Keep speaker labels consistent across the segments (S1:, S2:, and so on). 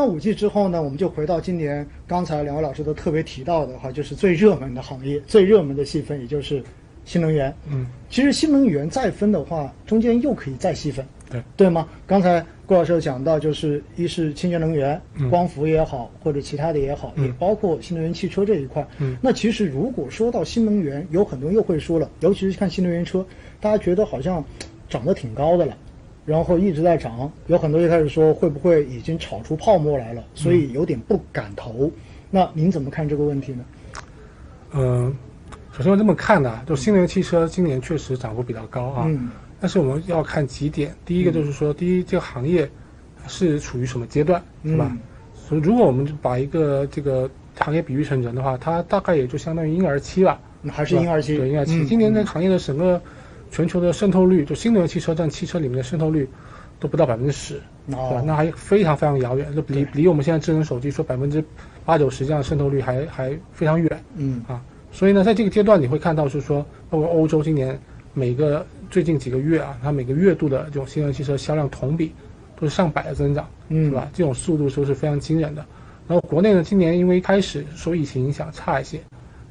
S1: 那五 G 之后呢，我们就回到今年刚才两位老师都特别提到的哈，就是最热门的行业、最热门的细分，也就是新能源。
S2: 嗯，
S1: 其实新能源再分的话，中间又可以再细分，
S2: 对
S1: 对吗？刚才郭老师有讲到，就是一是清洁能源，
S2: 嗯
S1: 光伏也好，或者其他的也好，
S2: 嗯
S1: 也包括新能源汽车这一块。
S2: 嗯
S1: 那其实如果说到新能源，有很多人又会说了，尤其是看新能源车，大家觉得好像涨得挺高的了。然后一直在涨，有很多就开始说会不会已经炒出泡沫来了，
S2: 嗯
S1: 所以有点不敢投。那您怎么看这个问题呢？
S2: 嗯，首先我这么看呢、就新能源汽车今年确实涨幅比较高啊，
S1: 嗯
S2: 但是我们要看几点，第一个就是说，第一这个行业是处于什么阶段，是吧
S1: 嗯？
S2: 所以如果我们就把一个这个行业比喻成人的话，它大概也就相当于婴儿期吧，
S1: 那还是婴儿期？
S2: 对婴儿期。
S1: 嗯
S2: 今年这个行业的整个全球的渗透率，就新能源汽车占汽车里面的渗透率都不到百分之十，对吧
S1: 哦？
S2: 那还非常非常遥远，就离离我们现在智能手机说百分之八九十这样的渗透率还还非常远。
S1: 嗯
S2: 啊，所以呢，在这个阶段你会看到，就是说，包括欧洲今年每个最近几个月啊，它每个月度的这种新能源汽车销量同比都是上百的增长，
S1: 嗯
S2: 是吧？这种速度都是非常惊人的。然后国内呢，今年因为一开始受疫情影响差一些，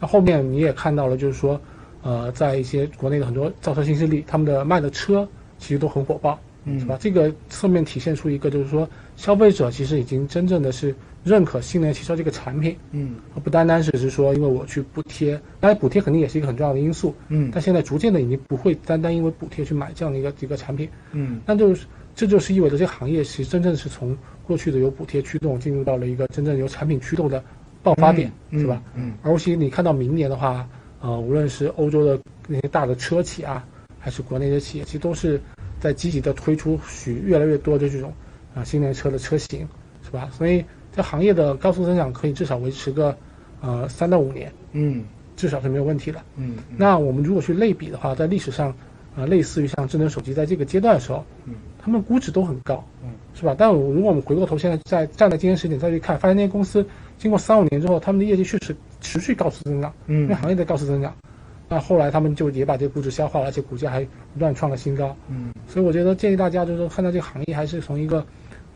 S2: 那后面你也看到了，就是说，呃，在一些国内的很多造车新势力，他们的卖的车其实都很火爆，
S1: 嗯
S2: 是吧？这个侧面体现出一个就是说，消费者其实已经真正的是认可新能源汽车这个产品，
S1: 嗯
S2: 不单单只是说因为我去补贴，当然补贴肯定也是一个很重要的因素，
S1: 嗯
S2: 但现在逐渐的已经不会单单因为补贴去买这样的一个一个产品，
S1: 嗯
S2: 那就是这就是意味着这个行业其实真正是从过去的由补贴驱动进入到了一个真正由产品驱动的爆发点，
S1: 嗯
S2: 是吧？
S1: 嗯
S2: 而尤其你看到明年的话，呃，无论是欧洲的那些大的车企啊，还是国内的企业，其实都是在积极的推出许越来越多的这种啊、新能源车的车型，是吧？所以这行业的高速增长可以至少维持个呃三到五年，
S1: 嗯
S2: 至少是没有问题的。
S1: 嗯
S2: 那我们如果去类比的话，在历史上，呃，类似于像智能手机在这个阶段的时候，
S1: 嗯，
S2: 他们估值都很高，
S1: 嗯，
S2: 是吧？但我如果我们回过头，现在在站在今天时点再去看，发现那些公司经过三五年之后，他们的业绩确实持续高速增长，
S1: 嗯
S2: 因为行业在高速增长，那后来他们就也把这个估值消化了，而且股价还不断创了新高，
S1: 嗯
S2: 所以我觉得建议大家就是说看到这个行业还是从一个，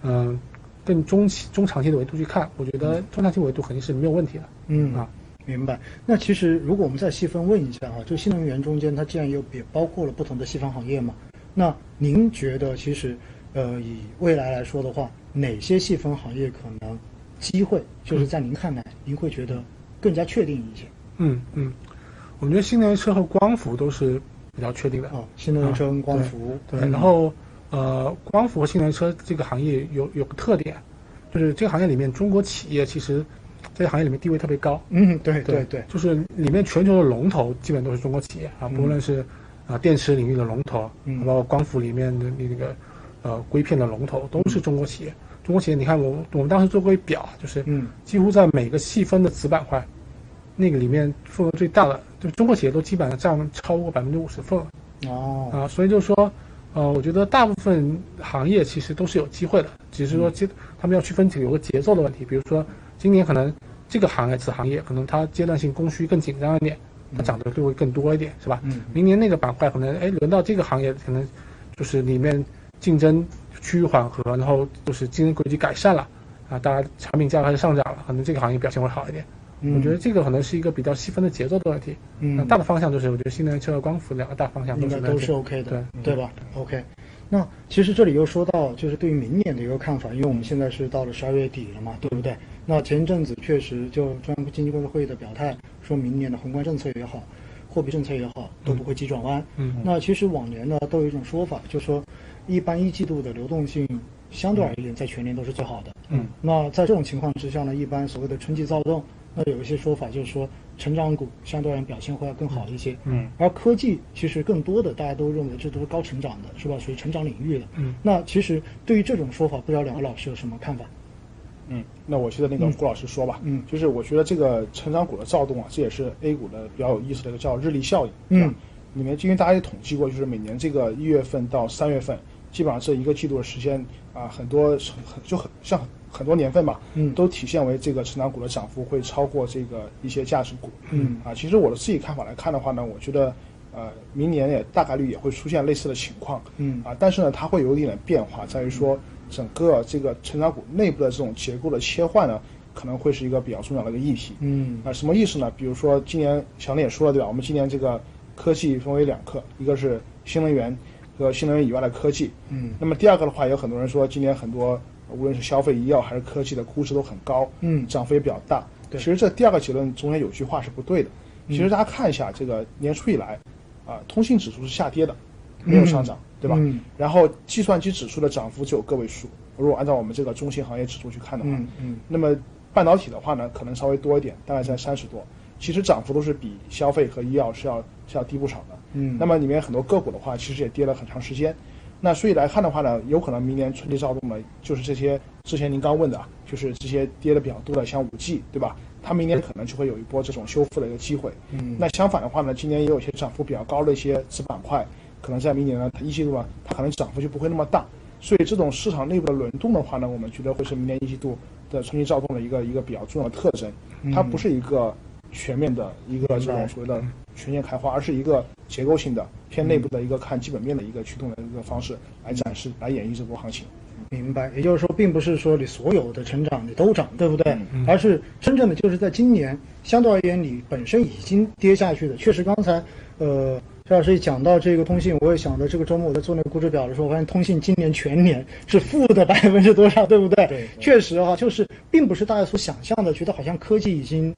S2: 嗯、更中期、中长期的维度去看，我觉得中长期维度肯定是没有问题的。
S1: 嗯
S2: 啊，
S1: 明白。那其实如果我们再细分问一下啊，就新能源中间它既然有也包括了不同的细分行业嘛，那您觉得其实呃以未来来说的话，哪些细分行业可能机会就是在您看来，您会觉得更加确定一些？
S2: 嗯，嗯，我们觉得新能源车和光伏都是比较确定的。啊
S1: 哦，新能源车跟光伏，
S2: 对，
S1: 嗯
S2: 然后呃，光伏和新能源车这个行业有有个特点，就是这个行业里面中国企业其实在这个行业里面地位特别高。
S1: 嗯，对对对，
S2: 就是里面全球的龙头基本都是中国企业啊，不论是啊、呃电池领域的龙头，
S1: 嗯
S2: 包括光伏里面的那个呃硅片的龙头，都是中国企业。中国企业，你看我我们当时做过一表，就是
S1: 嗯
S2: 几乎在每个细分的子板块，那个里面份额最大的，就中国企业都基本上占超过百分之五十份额。
S1: 哦，
S2: 啊，所以就说，呃，我觉得大部分行业其实都是有机会的，只是
S1: 嗯
S2: 说阶他们要区分有个节奏的问题。比如说，今年可能这个行业子行业可能它阶段性供需更紧张一点，它涨得就会更多一点，是吧？
S1: 嗯
S2: 明年那个板块可能，哎，轮到这个行业可能就是里面竞争趋于缓和，然后就是竞争轨迹改善了，啊，大家产品价格开始上涨了，可能这个行业表现会好一点。
S1: 嗯
S2: 我觉得这个可能是一个比较细分的节奏的问题。
S1: 嗯
S2: 那大的方向就是，我觉得新能源车和光伏两个大方向
S1: 应
S2: 都是
S1: 该
S2: 没
S1: 都
S2: 问题
S1: 是 OK 的，嗯
S2: 对嗯
S1: 对吧？OK。那其实这里又说到，就是对于明年的一个看法，因为我们现在是到了十二月底了嘛，对不对？那前一阵子确实就中央经济工作会议的表态，说明年的宏观政策也好，货币政策也好，都不会急转弯。
S2: 嗯
S1: 那其实往年呢，都有一种说法，就说一般一季度的流动性相对而言在全年都是最好的。
S2: 嗯
S1: 那在这种情况之下呢，一般所谓的春季躁动，那有一些说法就是说，成长股相对而言表现会要更好一些。
S2: 嗯
S1: 而科技其实更多的大家都认为这都是高成长的，是吧？属于成长领域的。
S2: 嗯
S1: 那其实对于这种说法，不知道两位老师有什么看法？
S3: 嗯，那我觉得那个顾老师说吧，
S1: 嗯
S3: 就是我觉得这个成长股的躁动啊，这也是 A 股的比较有意思的一个叫日历效应，
S1: 嗯
S3: 对吧，里面因为大家也统计过，就是每年这个一月份到三月份，基本上这一个季度的时间啊、很多很很就很像很多年份吧，
S1: 嗯
S3: 都体现为这个成长股的涨幅会超过这个一些价值股，
S1: 嗯
S3: 啊，其实我的自己看法来看的话呢，我觉得。呃，明年也大概率也会出现类似的情况，
S1: 嗯
S3: 啊，但是呢，它会有一点点变化，在于说，整个这个成长股内部的这种结构的切换呢，可能会是一个比较重要的一个议题。
S1: 嗯
S3: 啊，什么意思呢？比如说今年小林也说了，对吧？我们今年这个科技分为两课，一个是新能源和新能源以外的科技。
S1: 嗯
S3: 那么第二个的话，有很多人说今年很多呃无论是消费、医药还是科技的估值都很高，
S1: 嗯
S3: 涨幅也比较大。
S1: 对
S3: 其实这第二个结论中间有句话是不对的。
S1: 嗯
S3: 其实大家看一下，这个年初以来，啊、通信指数是下跌的，没有上涨，对吧？
S1: 嗯
S3: 然后计算机指数的涨幅只有个位数。如果按照我们这个中型行业指数去看的话，
S1: 嗯嗯
S3: 那么半导体的话呢，可能稍微多一点，大概在三十多。其实涨幅都是比消费和医药是要是要低不少的。
S1: 嗯
S3: 那么里面很多个股的话，其实也跌了很长时间。那所以来看的话呢，有可能明年春季躁动呢，就是这些之前您刚问的啊，就是这些跌的比较多的，像五 G 对吧？它明年可能就会有一波这种修复的一个机会。
S1: 嗯
S3: 那相反的话呢，今年也有一些涨幅比较高的一些子板块，可能在明年呢，它一季度啊，它可能涨幅就不会那么大。所以这种市场内部的轮动的话呢，我们觉得会是明年一季度的春季躁动的一个一个比较重要的特征。它不是一个全面的一个这
S1: 嗯明白嗯
S3: 种所谓的全面开花，而是一个结构性的偏内部的一个看基本面的一个驱动的一个方式来展示、来演绎这波行情。
S1: 明白，也就是说，并不是说你所有的成长你都涨，对不对？
S3: 嗯
S1: 而是真正的就是在今年，相对而言你本身已经跌下去的。确实，刚才呃，陈老师一讲到这个通信，我也想到这个周末我在做那个估值表的时候，我发现通信今年全年是负的 百分之多少，对不对？
S3: 对对
S1: 确实哈、就是并不是大家所想象的，觉得好像科技已经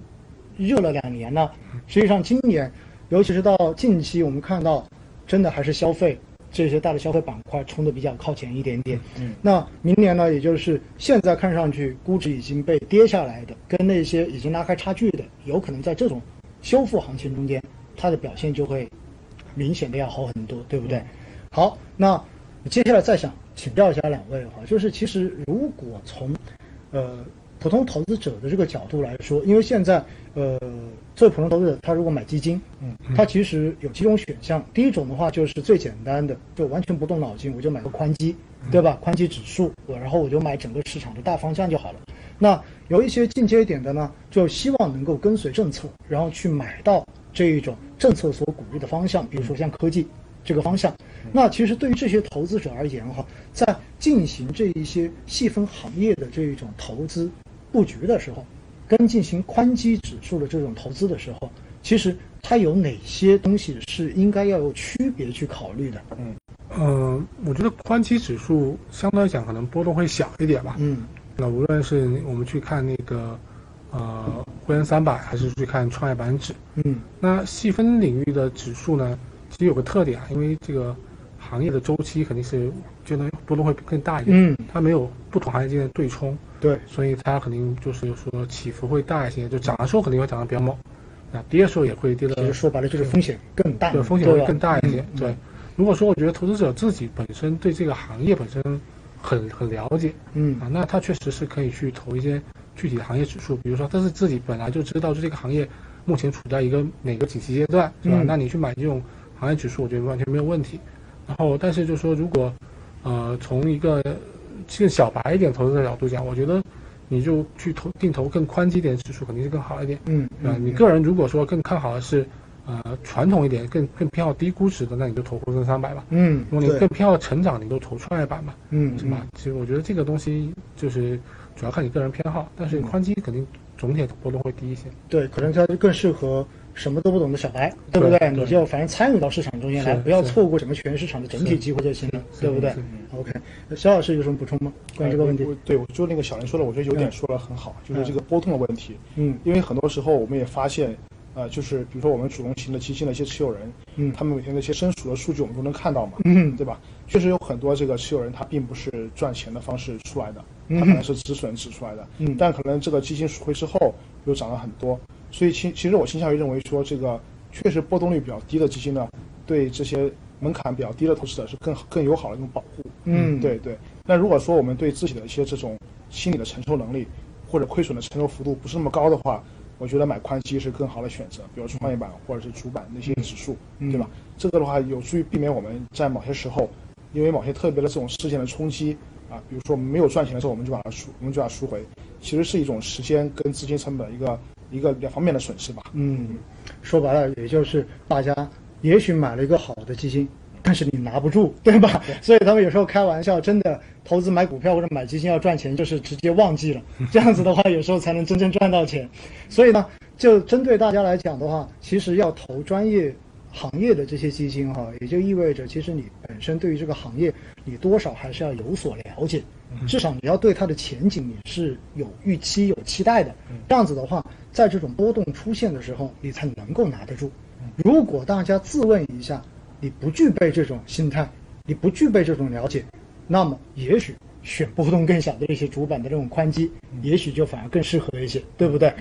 S1: 热了两年了。实际上，今年，尤其是到近期，我们看到，真的还是消费这些大的消费板块冲的比较靠前一点点。
S3: 嗯
S1: 那明年呢，也就是现在看上去估值已经被跌下来的，跟那些已经拉开差距的，有可能在这种修复行情中间，它的表现就会明显的要好很多，对不对？好，那接下来再想请教一下两位哈，就是其实如果从呃普通投资者的这个角度来说，因为现在呃作为普通投资者，他如果买基金，
S3: 嗯，
S1: 他其实有几种选项。第一种的话就是最简单的，就完全不动脑筋，我就买个宽基，对吧？宽基指数，我然后我就买整个市场的大方向就好了。那有一些进阶一点的呢，就希望能够跟随政策，然后去买到这一种政策所鼓励的方向，比如说像科技这个方向。
S2: 嗯
S1: 那其实对于这些投资者而言哈，在进行这一些细分行业的这一种投资布局的时候，跟进行宽基指数的这种投资的时候，其实它有哪些东西是应该要有区别去考虑的？
S3: 嗯
S2: 嗯，我觉得宽基指数相对来讲可能波动会小一点吧。
S1: 嗯
S2: 那无论是我们去看那个呃沪深三百，还是去看创业板指，
S1: 嗯
S2: 那细分领域的指数呢，其实有个特点啊，因为这个行业的周期肯定是觉得波动会更大一点，
S1: 嗯，
S2: 它没有不同行业之间的对冲，
S1: 对，
S2: 所以它肯定就是说起伏会大一些，就涨的时候肯定会涨得比较猛，那跌的时候也会跌
S1: 其实
S2: 的
S1: 说白了就是风险更大，
S2: 呃对风险
S1: 对
S2: 会
S1: 吧
S2: 更大一些
S1: 嗯。
S2: 对，如果说我觉得投资者自己本身对这个行业本身很很了解，
S1: 嗯
S2: 啊，那他确实是可以去投一些具体的行业指数，比如说他是自己本来就知道这个行业目前处在一个哪个景气阶段，是吧？
S1: 嗯
S2: 那你去买这种行业指数，我觉得完全没有问题。然后，但是就说如果呃从一个更小白一点投资者角度讲，我觉得你就去投定投更宽基一点的指数肯定是更好一点。
S1: 嗯
S2: 对吧？
S1: 嗯
S2: 你个人如果说更看好的是呃传统一点，更更偏好低估值的，那你就投沪深三百吧。
S1: 嗯，
S2: 如果你
S1: 对
S2: 更偏好成长，你就投创业板吧。
S1: 嗯
S2: 是吧？其实我觉得这个东西就是主要看你个人偏好，但
S1: 嗯
S2: 是宽基肯定总体波动会低一些。
S1: 对，可能它就更适合什么都不懂的小白，对不
S2: 对
S1: 对？
S2: 对
S1: 你就反正参与到市场中间来，
S2: 是
S1: 不要
S2: 是
S1: 错过整个全市场的整体机会就行了，
S2: 是
S1: 对不对
S2: 是呃
S1: ？OK，那肖老师有什么补充吗？关于这个问题
S3: 哎我？我对我就那个小林说的，我觉得有点说的很好，就是这个波动的问题。
S1: 嗯
S3: 因为很多时候我们也发现，呃，就是比如说我们主动型的基金的一些持有人，
S1: 嗯
S3: 他们每天的一些申赎的数据我们都能看到嘛，
S1: 嗯
S3: 对吧？确实有很多这个持有人他并不是赚钱的方式出来的，
S1: 嗯
S3: 他可能是止损止出来的，
S1: 嗯
S3: 但可能这个基金赎回之后又涨了很多，所以其其实我倾向于认为说，这个确实波动率比较低的基金呢，对这些门槛比较低的投资者是更更友好的一种保护。
S1: 嗯，
S3: 对对。那如果说我们对自己的一些这种心理的承受能力或者亏损的承受幅度不是那么高的话，我觉得买宽基是更好的选择，比如创业板或者是主板那些指数，
S1: 嗯
S3: 对吧？这个的话有助于避免我们在某些时候，因为某些特别的这种事件的冲击啊，比如说我们没有赚钱的时候，我们就把它赎，我们就把它赎回，其实是一种时间跟资金成本的一个一个两方面的损失吧。
S1: 嗯，说白了，也就是大家也许买了一个好的基金，但是你拿不住，对吧？所以他们有时候开玩笑，真的投资买股票或者买基金要赚钱，就是直接忘 记了，这样子的话，有时候才能真正赚到钱。所以呢，就针对大家来讲的话，其实要投专业行业的这些基金哈，也就意味着其实你本身对于这个行业，你多少还是要有所了解，至少你要对它的前景你是有预期、有期待的。这样子的话，在这种波动出现的时候，你才能够拿得住。如果大家自问一下，你不具备这种心态，你不具备这种了解，那么也许选波动更小的一些主板的这种宽基，也许就反而更适合一些，对不对？